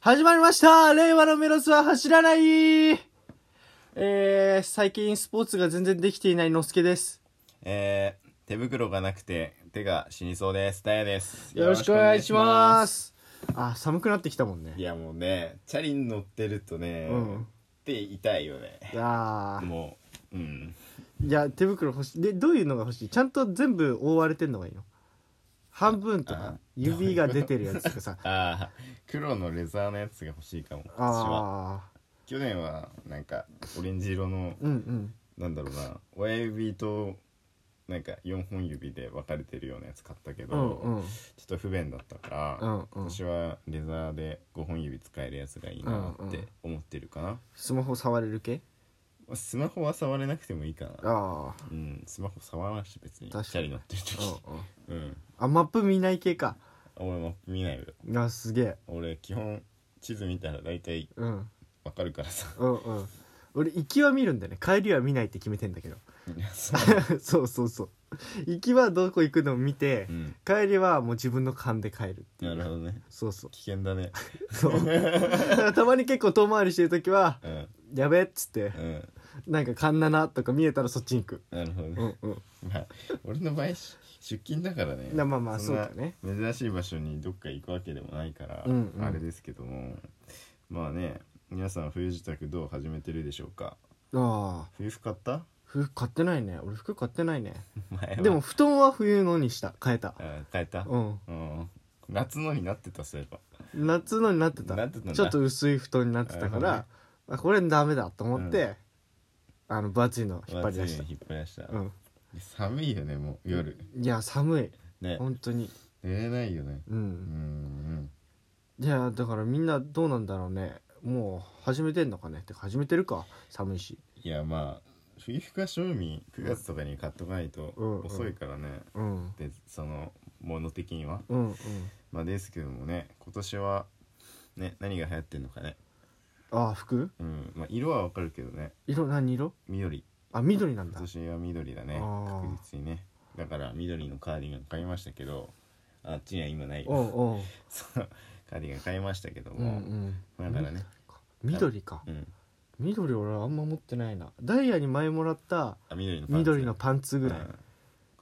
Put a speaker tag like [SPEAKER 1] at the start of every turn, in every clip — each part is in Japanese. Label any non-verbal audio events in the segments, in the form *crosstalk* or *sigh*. [SPEAKER 1] 始まりました令和のメロスは走らないえー、最近スポーツが全然できていないのすけです。
[SPEAKER 2] えー、手袋がなくて手が死にそうです。ダイヤです。。
[SPEAKER 1] よろしくお願いしますす。あ、寒くなってきたもんね
[SPEAKER 2] い。やもうね、チャリに乗ってるとね、
[SPEAKER 1] うん
[SPEAKER 2] 手痛いよね。
[SPEAKER 1] あー
[SPEAKER 2] もう、うん。
[SPEAKER 1] いや、手袋欲しい。で、どういうのが欲しいちゃんと全部覆われてんのがいいの半分とか
[SPEAKER 2] あ、。
[SPEAKER 1] 指が出てるやつとか *laughs* さ
[SPEAKER 2] ああ、黒のレザーのやつが欲しいかも。私は。
[SPEAKER 1] ああ
[SPEAKER 2] 去年はなんかオレンジ色の
[SPEAKER 1] ー、うんうん。
[SPEAKER 2] なんだろうな、親指となんか4本指で分かれてるようなやつ買ったけど、
[SPEAKER 1] うんうん。
[SPEAKER 2] ちょっと不便だったから、
[SPEAKER 1] うんうん
[SPEAKER 2] 私はレザーで5本指使えるやつがいいな
[SPEAKER 1] うんうん
[SPEAKER 2] って思ってるかな、
[SPEAKER 1] スマホ触れる系
[SPEAKER 2] まあスマホは触れなくてもいいかな
[SPEAKER 1] ああ。
[SPEAKER 2] うんスマホ触らなし別にチ
[SPEAKER 1] 確かに
[SPEAKER 2] ャリ乗ってる時
[SPEAKER 1] うんうん。
[SPEAKER 2] うん
[SPEAKER 1] あ、マップ見ない系か。
[SPEAKER 2] 俺も見ないよ
[SPEAKER 1] あ、すげえ。
[SPEAKER 2] 俺基本地図見たら大体
[SPEAKER 1] うん。
[SPEAKER 2] わかるから
[SPEAKER 1] *laughs*
[SPEAKER 2] さ
[SPEAKER 1] うんうん俺行きは見るんだよね帰りは見ないって決めてんだけど *laughs*
[SPEAKER 2] いやそう
[SPEAKER 1] そうそうそう行きはどこ行くのを見て、
[SPEAKER 2] うん
[SPEAKER 1] 帰りはもう自分の勘で帰るってい
[SPEAKER 2] な
[SPEAKER 1] う
[SPEAKER 2] るほどね
[SPEAKER 1] そうそう
[SPEAKER 2] 危険だね
[SPEAKER 1] そう *laughs* だからたまに結構遠回りしてる時は
[SPEAKER 2] うん
[SPEAKER 1] 「やべ」っつって
[SPEAKER 2] うん
[SPEAKER 1] なんか勘だなとか見えたらそっちに行く
[SPEAKER 2] なるほどね、
[SPEAKER 1] うんうん
[SPEAKER 2] まあ俺の場合し出勤だからね
[SPEAKER 1] なまあまあ
[SPEAKER 2] んな
[SPEAKER 1] そうだね
[SPEAKER 2] 珍しい場所にどっか行くわけでもないから、
[SPEAKER 1] うんうん
[SPEAKER 2] あれですけどもまあね皆さん冬支度どう始めてるでしょうか
[SPEAKER 1] ああ
[SPEAKER 2] 冬服買った
[SPEAKER 1] 服買ってないね俺服買ってないね
[SPEAKER 2] 前は
[SPEAKER 1] でも布団は冬のにした変えた
[SPEAKER 2] あ買えた
[SPEAKER 1] うん
[SPEAKER 2] うん夏のになってたそういえば
[SPEAKER 1] 夏のになってた
[SPEAKER 2] なってたんだ
[SPEAKER 1] ちょっと薄い布団になってたか
[SPEAKER 2] なる
[SPEAKER 1] ら、あこれダメだと思って、あの分厚いの引っ張り出し
[SPEAKER 2] 夏
[SPEAKER 1] た
[SPEAKER 2] に引っ張り出した、
[SPEAKER 1] うん
[SPEAKER 2] 寒いよねもう夜
[SPEAKER 1] いや寒い
[SPEAKER 2] ね
[SPEAKER 1] 本当に
[SPEAKER 2] 寝れないよね
[SPEAKER 1] う
[SPEAKER 2] うん
[SPEAKER 1] ん、
[SPEAKER 2] うん
[SPEAKER 1] いやだからみんなどうなんだろうねもう始めてんのかねってか始めてるか寒いし
[SPEAKER 2] いやまあ冬服は賞味9月とかに買っとかないと
[SPEAKER 1] うんうん
[SPEAKER 2] 遅いからね、
[SPEAKER 1] うん
[SPEAKER 2] でそのもの的には
[SPEAKER 1] うんうん
[SPEAKER 2] まあですけどもね今年はね何が流行ってんのかね
[SPEAKER 1] あ服
[SPEAKER 2] うんまあ色はわかるけどね
[SPEAKER 1] 色何色
[SPEAKER 2] 緑
[SPEAKER 1] あ緑なんだ
[SPEAKER 2] 今年は緑だね
[SPEAKER 1] あー
[SPEAKER 2] 確実にねだから緑のカーディガン買いましたけどあっちには今ない
[SPEAKER 1] おうおう
[SPEAKER 2] そうカーディガン買いましたけど
[SPEAKER 1] う
[SPEAKER 2] も、
[SPEAKER 1] んうん
[SPEAKER 2] だからね
[SPEAKER 1] 緑か
[SPEAKER 2] うん
[SPEAKER 1] 緑俺あんま持ってないなダイヤに前もらった
[SPEAKER 2] あ緑のパンツ
[SPEAKER 1] 緑のパンツぐらい、
[SPEAKER 2] うん今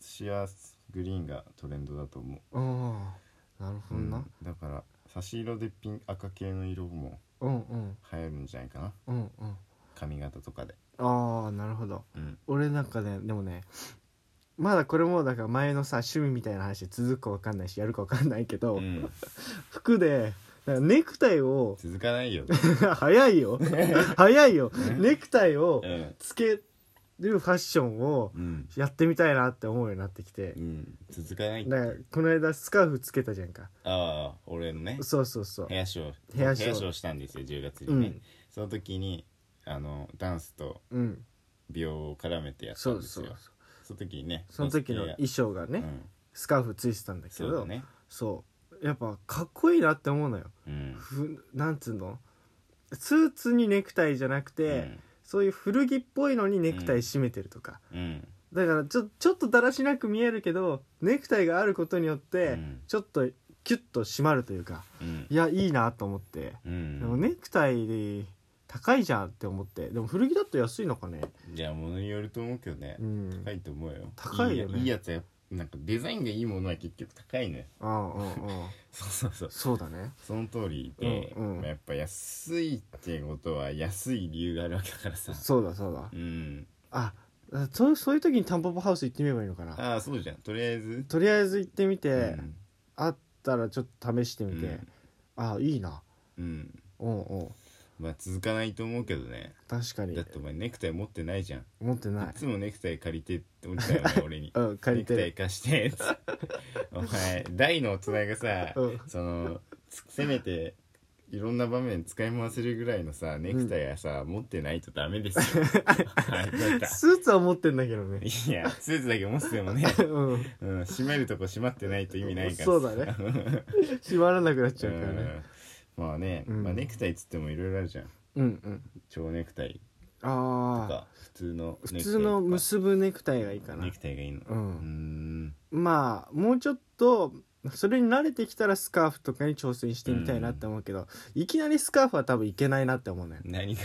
[SPEAKER 2] 年はグリーンがトレンドだと思う
[SPEAKER 1] ああなるほどな、
[SPEAKER 2] うんだから差し色でピン赤系の色も
[SPEAKER 1] うんうん
[SPEAKER 2] 流行るんじゃないかな
[SPEAKER 1] うんうん
[SPEAKER 2] 髪型とかで
[SPEAKER 1] ああなるほど
[SPEAKER 2] うん
[SPEAKER 1] 俺なんかねでもねまだこれもだから前のさ趣味みたいな話で続くか分かんないしやるか分かんないけど、
[SPEAKER 2] うん
[SPEAKER 1] 服でなんかネクタイを *laughs*
[SPEAKER 2] 続かないよ、
[SPEAKER 1] 早い
[SPEAKER 2] *laughs*
[SPEAKER 1] よ早いよネクタイを
[SPEAKER 2] うん
[SPEAKER 1] つけるファッションを
[SPEAKER 2] うん
[SPEAKER 1] やってみたいなって思うようになってきて
[SPEAKER 2] うん、続かない
[SPEAKER 1] だからこの間スカーフつけたじゃんか
[SPEAKER 2] ああ俺のね
[SPEAKER 1] そうそうそう
[SPEAKER 2] ヘアショー
[SPEAKER 1] ヘアショー
[SPEAKER 2] したんですよ10月にね、
[SPEAKER 1] うん
[SPEAKER 2] その時にあのダンスと
[SPEAKER 1] うん
[SPEAKER 2] 美容を絡めてやった
[SPEAKER 1] そ
[SPEAKER 2] ん
[SPEAKER 1] う
[SPEAKER 2] です
[SPEAKER 1] そう
[SPEAKER 2] よ
[SPEAKER 1] そう
[SPEAKER 2] その時にね
[SPEAKER 1] その時の
[SPEAKER 2] コスプ
[SPEAKER 1] 衣
[SPEAKER 2] レ
[SPEAKER 1] 装がね、
[SPEAKER 2] やうん、
[SPEAKER 1] スカーフついてたんだけ
[SPEAKER 2] そう
[SPEAKER 1] ど
[SPEAKER 2] だね
[SPEAKER 1] そうやっぱかっこいいなって思うのよ
[SPEAKER 2] うん
[SPEAKER 1] ふなんつうのスーツにネクタイじゃなくて、そういう古着っぽいのにネクタイ締めてるとか、
[SPEAKER 2] うんうん
[SPEAKER 1] だからちょちょっとだらしなく見えるけどネクタイがあることによって
[SPEAKER 2] うん
[SPEAKER 1] ちょっとキュッと締まるというか
[SPEAKER 2] うん
[SPEAKER 1] いやいいなと思って、
[SPEAKER 2] うん
[SPEAKER 1] でもネクタイで高いじゃんって思ってでも古着だと安いのかね
[SPEAKER 2] いやものによると思うけどね、
[SPEAKER 1] うん
[SPEAKER 2] 高いと思うよ
[SPEAKER 1] 高いよね
[SPEAKER 2] いやいいやつはやっぱなんかデザインがいいものは結局高いのよ
[SPEAKER 1] ああうんうん
[SPEAKER 2] そうそうそう
[SPEAKER 1] そうだね
[SPEAKER 2] その通りで、
[SPEAKER 1] うんうん
[SPEAKER 2] まあやっぱ安いってことは安い理由があるわけだからさ
[SPEAKER 1] そうだそうだ
[SPEAKER 2] うん
[SPEAKER 1] あそうそういう時にタンポポハウス行ってみればいいのかな
[SPEAKER 2] ああそうじゃんとりあえず、
[SPEAKER 1] とりあえず行ってみて、
[SPEAKER 2] うん
[SPEAKER 1] あったらちょっと試してみて、
[SPEAKER 2] うん
[SPEAKER 1] あいいな
[SPEAKER 2] うん
[SPEAKER 1] うんうん
[SPEAKER 2] まあ続かないと思うけどね
[SPEAKER 1] 確か
[SPEAKER 2] だ
[SPEAKER 1] に
[SPEAKER 2] ってお前ネクタイ持ってないじゃんい
[SPEAKER 1] 持ってない
[SPEAKER 2] つもネクタイ借りてって思ってたよね俺に
[SPEAKER 1] うん借りて
[SPEAKER 2] ネ
[SPEAKER 1] る
[SPEAKER 2] クタイ貸して *laughs* つってお前大の大人がさ、
[SPEAKER 1] うん
[SPEAKER 2] そのつせめていろんな場面使い回せるぐらいのさネクタイはさ、持ってないとダメで
[SPEAKER 1] *laughs*
[SPEAKER 2] すよはいどうやった
[SPEAKER 1] スーツは持ってんだけどね
[SPEAKER 2] いやスーツだけ持つでもね、
[SPEAKER 1] うん
[SPEAKER 2] うん、閉めるとこ閉まってないと意味ないから
[SPEAKER 1] そうだ
[SPEAKER 2] *laughs*
[SPEAKER 1] ね閉まらなくなっちゃうから
[SPEAKER 2] う
[SPEAKER 1] ね
[SPEAKER 2] んまあね、
[SPEAKER 1] うん
[SPEAKER 2] まあ、ネクタイっつってもいろいろあるじゃん
[SPEAKER 1] うんうん
[SPEAKER 2] 蝶ネクタイと
[SPEAKER 1] ああ
[SPEAKER 2] か普通のネクタ
[SPEAKER 1] 普
[SPEAKER 2] イとか
[SPEAKER 1] 通の結ぶネクタイがいいかな
[SPEAKER 2] ネクタイがいいの
[SPEAKER 1] うん
[SPEAKER 2] ーん
[SPEAKER 1] まあもうちょっとそれに慣れてきたらスカーフとかに挑戦してみたいなって思うけど、いきなりスカーフは多分いけないなって思うのよ
[SPEAKER 2] 何が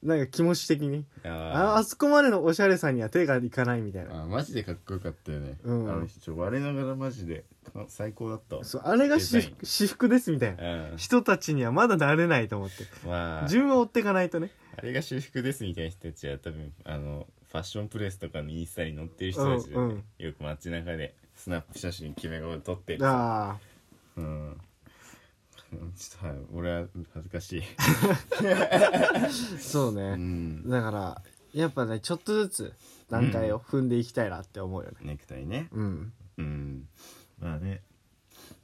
[SPEAKER 2] *laughs*
[SPEAKER 1] なんか気持ち的にあ
[SPEAKER 2] あ
[SPEAKER 1] あそこまでのおしゃれさには手がいかないみたい
[SPEAKER 2] ー
[SPEAKER 1] な
[SPEAKER 2] あーマジでかっこよかったよね、
[SPEAKER 1] うん
[SPEAKER 2] あの人ちょ我ながらマジであ最高だったわ
[SPEAKER 1] そうあれが私
[SPEAKER 2] デザイン
[SPEAKER 1] 服私服ですみたいな
[SPEAKER 2] うん
[SPEAKER 1] 人たちにはまだ慣れないと思って
[SPEAKER 2] まあ
[SPEAKER 1] 順を追っていかないとね
[SPEAKER 2] あれが修復ですみたいな人たちは多分あのファッションプレスとかのインスタに載ってる人たちで、ね
[SPEAKER 1] うんうん
[SPEAKER 2] よく街中でスナップ写真決め顔撮ってるさ
[SPEAKER 1] あ
[SPEAKER 2] うんちょっとはい俺は恥ずかしい
[SPEAKER 1] あそう
[SPEAKER 2] う
[SPEAKER 1] ね、
[SPEAKER 2] ん
[SPEAKER 1] だからやっぱねちょっとずつ段階を踏んでいきたいなって思うよね
[SPEAKER 2] ネクタイね
[SPEAKER 1] うん
[SPEAKER 2] うんまあね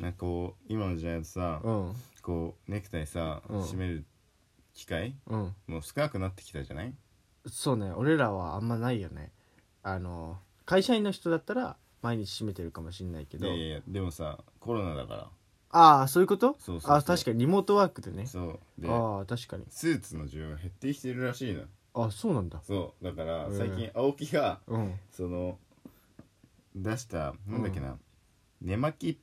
[SPEAKER 2] なんかこう今の時代だとさ、
[SPEAKER 1] うん
[SPEAKER 2] こうネクタイさ、
[SPEAKER 1] うん
[SPEAKER 2] 締める機会
[SPEAKER 1] うん
[SPEAKER 2] もう少なくなってきたじゃない
[SPEAKER 1] そうね俺らはあんまないよねあの会社員の人だったら毎日閉めてるかもしれないけ
[SPEAKER 2] い
[SPEAKER 1] ど
[SPEAKER 2] やいやいやでもさコロナだか
[SPEAKER 1] ああそういうこと
[SPEAKER 2] そうそうそう
[SPEAKER 1] あ確かにリモートワークでね
[SPEAKER 2] らそうで
[SPEAKER 1] ああ確かに
[SPEAKER 2] スーツの需要が減ってきてるらしいの
[SPEAKER 1] あそうなんだ
[SPEAKER 2] そうだから
[SPEAKER 1] うん
[SPEAKER 2] 最近青木が
[SPEAKER 1] うん
[SPEAKER 2] その出したなんだっけな、寝巻き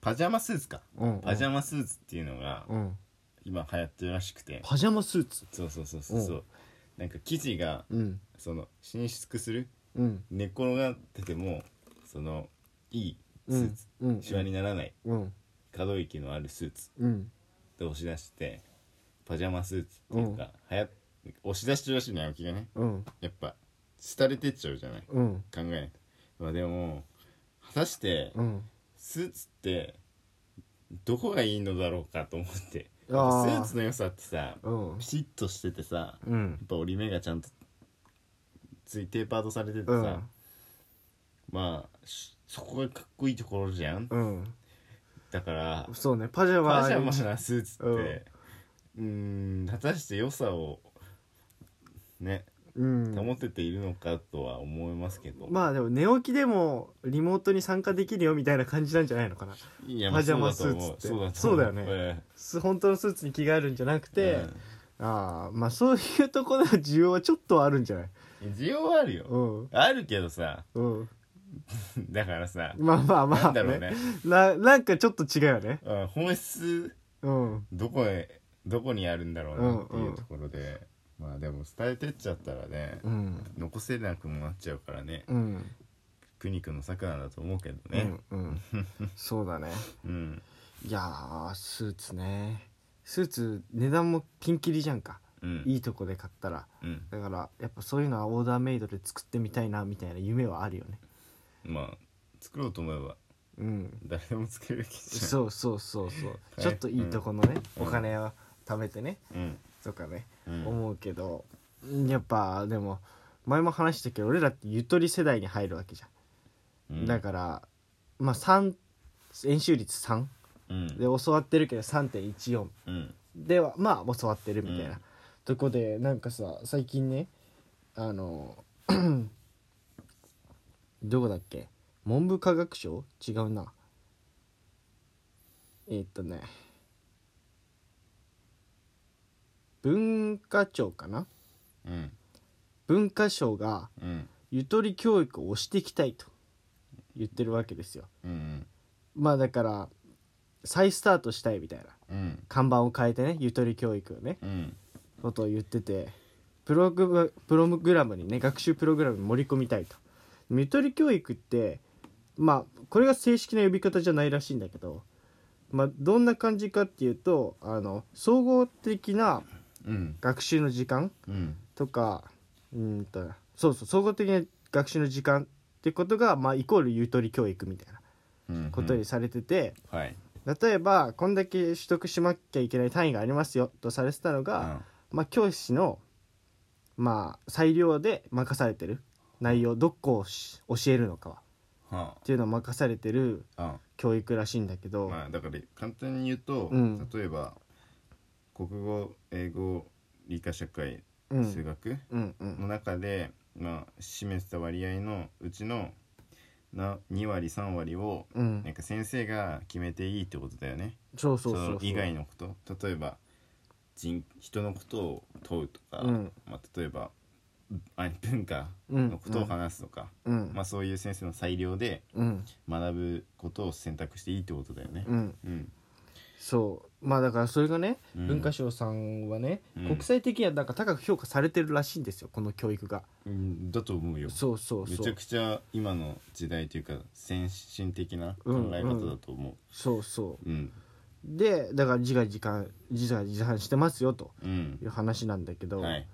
[SPEAKER 2] パジャマスーツか
[SPEAKER 1] うん
[SPEAKER 2] パジャマスーツっていうのが
[SPEAKER 1] うん
[SPEAKER 2] 今流行ってるらしくて
[SPEAKER 1] パジャマスーツ
[SPEAKER 2] そうそうそうそうそううなんか生地が
[SPEAKER 1] うん
[SPEAKER 2] その伸縮する
[SPEAKER 1] うん
[SPEAKER 2] 寝っ転がっててもそのいいス
[SPEAKER 1] う
[SPEAKER 2] ー
[SPEAKER 1] ん
[SPEAKER 2] ツ、
[SPEAKER 1] うん
[SPEAKER 2] シワにならない
[SPEAKER 1] うん
[SPEAKER 2] 可動域のあるスーツ
[SPEAKER 1] うん
[SPEAKER 2] で押し出してパジャマスーツっていうか、流行っ押し出してるらしいの青木がね
[SPEAKER 1] うん
[SPEAKER 2] やっぱ廃れてっちゃうじゃない
[SPEAKER 1] うん
[SPEAKER 2] 考えないとまあでも果たして
[SPEAKER 1] うん
[SPEAKER 2] スーツってどこがいいのだろうかと思ってス
[SPEAKER 1] あー
[SPEAKER 2] ーツの良さってさ
[SPEAKER 1] うん
[SPEAKER 2] ピシッとしててさや
[SPEAKER 1] うん
[SPEAKER 2] っぱ折り目がちゃんとついテーパードされててさ、
[SPEAKER 1] うん
[SPEAKER 2] まあしそこがかっこいいところじゃん
[SPEAKER 1] うん
[SPEAKER 2] だから
[SPEAKER 1] そうねパジャマ
[SPEAKER 2] パジャマなスーツってうーん果たして良さをね
[SPEAKER 1] うん
[SPEAKER 2] 保てているのかとは思いますけど、
[SPEAKER 1] まあでも寝起きでもリモートに参加できるよみたいな感じなんじゃないのかない
[SPEAKER 2] や
[SPEAKER 1] パジャマスーツって
[SPEAKER 2] そうだと
[SPEAKER 1] そ
[SPEAKER 2] 思
[SPEAKER 1] うだよね
[SPEAKER 2] え
[SPEAKER 1] す本当のスーツに着替えるんじゃなくて、
[SPEAKER 2] え
[SPEAKER 1] ああまあそういうところの需要はちょっとはあるんじゃない
[SPEAKER 2] うん需要はあるよ、
[SPEAKER 1] うん
[SPEAKER 2] あるけどさ *laughs*
[SPEAKER 1] うん
[SPEAKER 2] だからさ
[SPEAKER 1] まあまあまあ、
[SPEAKER 2] なんだろうね、
[SPEAKER 1] ななんかちょっと違うよね
[SPEAKER 2] うん、本質
[SPEAKER 1] うん
[SPEAKER 2] どこへどこにあるんだろうなっ
[SPEAKER 1] ん
[SPEAKER 2] ていううんうところで、まあでも伝えてっちゃったらね、
[SPEAKER 1] うん
[SPEAKER 2] 残せなくもなっちゃうからね
[SPEAKER 1] うん
[SPEAKER 2] 苦肉の策なんだと思うけどね
[SPEAKER 1] うん、うん、そうだね
[SPEAKER 2] うん
[SPEAKER 1] いやースーツねスーツ値段もピンキリじゃんか
[SPEAKER 2] うん
[SPEAKER 1] いいとこで買ったら
[SPEAKER 2] うん
[SPEAKER 1] だからやっぱそういうのはオーダーメイドで作ってみたいなみたいな夢はあるよね
[SPEAKER 2] まあ作ろうと思えば
[SPEAKER 1] うん
[SPEAKER 2] 誰でも作れるけどう、
[SPEAKER 1] そうそうそうそう、
[SPEAKER 2] い
[SPEAKER 1] ちょっといいとこのね、
[SPEAKER 2] うん
[SPEAKER 1] お金を貯めてね
[SPEAKER 2] うん
[SPEAKER 1] とかね、
[SPEAKER 2] うん、
[SPEAKER 1] 思うけどやっぱでも前も話したけど俺らってゆとり世代に入るわけじ
[SPEAKER 2] う
[SPEAKER 1] ゃん、
[SPEAKER 2] ん
[SPEAKER 1] だからまあ3円周率3
[SPEAKER 2] うん
[SPEAKER 1] で教わってるけど3.14
[SPEAKER 2] うん
[SPEAKER 1] ではまあ教わってるみたいな、
[SPEAKER 2] うん
[SPEAKER 1] とこでなんかさ最近ねあの *clears throat* どこだっけ文部科学省違うなえーっとね文化庁かな
[SPEAKER 2] うん
[SPEAKER 1] 文化省が
[SPEAKER 2] うん
[SPEAKER 1] ゆとり教育を推していきたいと言ってるわけですよ
[SPEAKER 2] うん
[SPEAKER 1] まあだから再スタートしたいみたいな
[SPEAKER 2] うん
[SPEAKER 1] 看板を変えてねゆとり教育をね
[SPEAKER 2] うん
[SPEAKER 1] ことを言っててプログラプログラムにね学習プログラムに盛り込みたいとでもゆとり教育ってまあこれが正式な呼び方じゃないらしいんだけど、まあ、どんな感じかっていうとあの総合的な
[SPEAKER 2] うん
[SPEAKER 1] 学習の時間
[SPEAKER 2] うん
[SPEAKER 1] とかうーんとそうそう総合的な学習の時間ってことが、まあ、イコールゆとり教育みたいな
[SPEAKER 2] うん
[SPEAKER 1] ことにされてて、
[SPEAKER 2] はい
[SPEAKER 1] 例えばこんだけ取得しなきゃいけない単位がありますよとされてたのが、まあ、教師の、まあ、裁量で任されてる内容どこをし教えるのかは
[SPEAKER 2] うんは
[SPEAKER 1] っていうのを任されてる
[SPEAKER 2] ああ
[SPEAKER 1] 教育らしいんだけど、
[SPEAKER 2] まあだから簡単に言うと、
[SPEAKER 1] うん
[SPEAKER 2] 例えば国語英語理科社会
[SPEAKER 1] うん、
[SPEAKER 2] 数学
[SPEAKER 1] うんうん
[SPEAKER 2] の中で、まあ示した割合のうちのな2割3割を
[SPEAKER 1] うん
[SPEAKER 2] なんか先生が決めていいってことだよね。
[SPEAKER 1] そうそうそう
[SPEAKER 2] そ
[SPEAKER 1] そう
[SPEAKER 2] の以外のこと例えば人人のことを問うとか、
[SPEAKER 1] うん
[SPEAKER 2] まあ、例えばあ文化のことを話すとか、
[SPEAKER 1] うん
[SPEAKER 2] まあ、そういう先生の裁量で
[SPEAKER 1] うん
[SPEAKER 2] 学ぶことを選択していいってことだよね。
[SPEAKER 1] うん
[SPEAKER 2] うん
[SPEAKER 1] そうまあだからそれがね、
[SPEAKER 2] うん
[SPEAKER 1] 文化省さんはね、
[SPEAKER 2] うん
[SPEAKER 1] 国際的にはなんか高く評価されてるらしいんですよこの教育が
[SPEAKER 2] うん、だと思うよ
[SPEAKER 1] そうそう
[SPEAKER 2] め
[SPEAKER 1] そ
[SPEAKER 2] ちゃ
[SPEAKER 1] う
[SPEAKER 2] くちゃ今の時代というか先進的な考え方だと思
[SPEAKER 1] そうそう
[SPEAKER 2] う。うん
[SPEAKER 1] でだから自画自賛自画自賛してますよと
[SPEAKER 2] うん
[SPEAKER 1] いう話なんだけど、
[SPEAKER 2] はい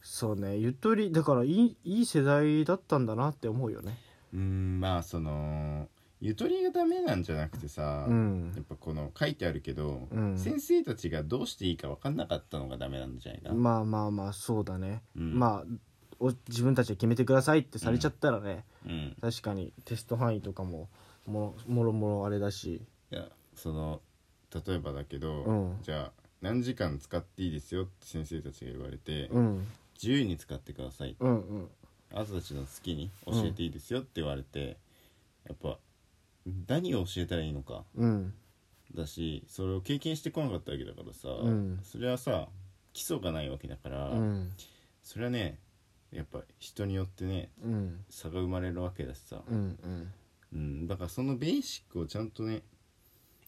[SPEAKER 1] そうねゆとりだからいいいい世代だったんだなって思うよね
[SPEAKER 2] うんまあそのゆとりがダメなんじゃなくてさ、
[SPEAKER 1] うん
[SPEAKER 2] やっぱこの書いてあるけど、
[SPEAKER 1] うん
[SPEAKER 2] 先生たちがどうしていいか分かんなかったのがダメなんじゃないかな、
[SPEAKER 1] まあまあまあそうだね、
[SPEAKER 2] うん
[SPEAKER 1] まあお自分たちで決めてくださいってされちゃったらね、
[SPEAKER 2] うん、
[SPEAKER 1] 確かにテスト範囲とかもももろもろあれだし
[SPEAKER 2] いやその例えばだけど、
[SPEAKER 1] うん
[SPEAKER 2] じゃあ何時間使っていいですよって先生たちが言われて、
[SPEAKER 1] うん
[SPEAKER 2] 自由に使ってください
[SPEAKER 1] うんうん
[SPEAKER 2] あなたたちの好きに教えていいですよって言われて、やっぱ何を教えたらいいのか
[SPEAKER 1] うん
[SPEAKER 2] だしそれを経験してこなかったわけだからさ、
[SPEAKER 1] うん
[SPEAKER 2] それはさ基礎がないわけだから、
[SPEAKER 1] うん
[SPEAKER 2] それはねやっぱ人によってね
[SPEAKER 1] うん
[SPEAKER 2] 差が生まれるわけだしさ、
[SPEAKER 1] うんうん
[SPEAKER 2] うん、だからそのベーシックをちゃんとね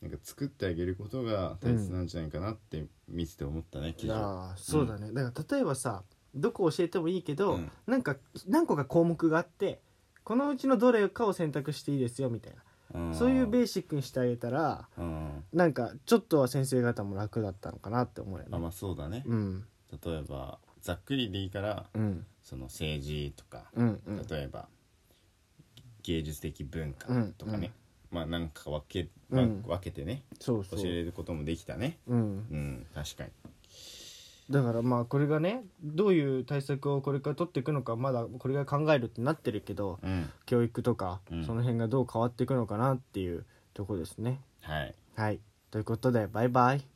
[SPEAKER 2] なんか作ってあげることが大切なんじゃないかなって見てて思ったね、記
[SPEAKER 1] い
[SPEAKER 2] 事
[SPEAKER 1] やーそうだね、だから例えばさどこ教えてもいいけど、
[SPEAKER 2] うん
[SPEAKER 1] なんか何個か項目があってこのうちのどれかを選択していいですよみたいなそういうベ
[SPEAKER 2] ー
[SPEAKER 1] ーシックにしてあげたら
[SPEAKER 2] うん
[SPEAKER 1] なんかちょっとは先生方も楽だったのかなって思うよ
[SPEAKER 2] あ
[SPEAKER 1] ね、
[SPEAKER 2] まあそうだね、
[SPEAKER 1] うん
[SPEAKER 2] 例えばざっくりでいいから
[SPEAKER 1] うん
[SPEAKER 2] その政治とか、
[SPEAKER 1] うんうん
[SPEAKER 2] 例えば芸術的文化とかね、まあなんか分け,、まあ
[SPEAKER 1] うん
[SPEAKER 2] 分けてね
[SPEAKER 1] そう
[SPEAKER 2] 教
[SPEAKER 1] そう
[SPEAKER 2] えることもできたね
[SPEAKER 1] うん、
[SPEAKER 2] うん確かに
[SPEAKER 1] だからまあこれがねどういう対策をこれから取っていくのかまだこれが考えるってなってるけど
[SPEAKER 2] うん
[SPEAKER 1] 教育とか、
[SPEAKER 2] うん
[SPEAKER 1] その辺がどう変わっていくのかなっていうとこですね
[SPEAKER 2] はい
[SPEAKER 1] はいということでバイバイ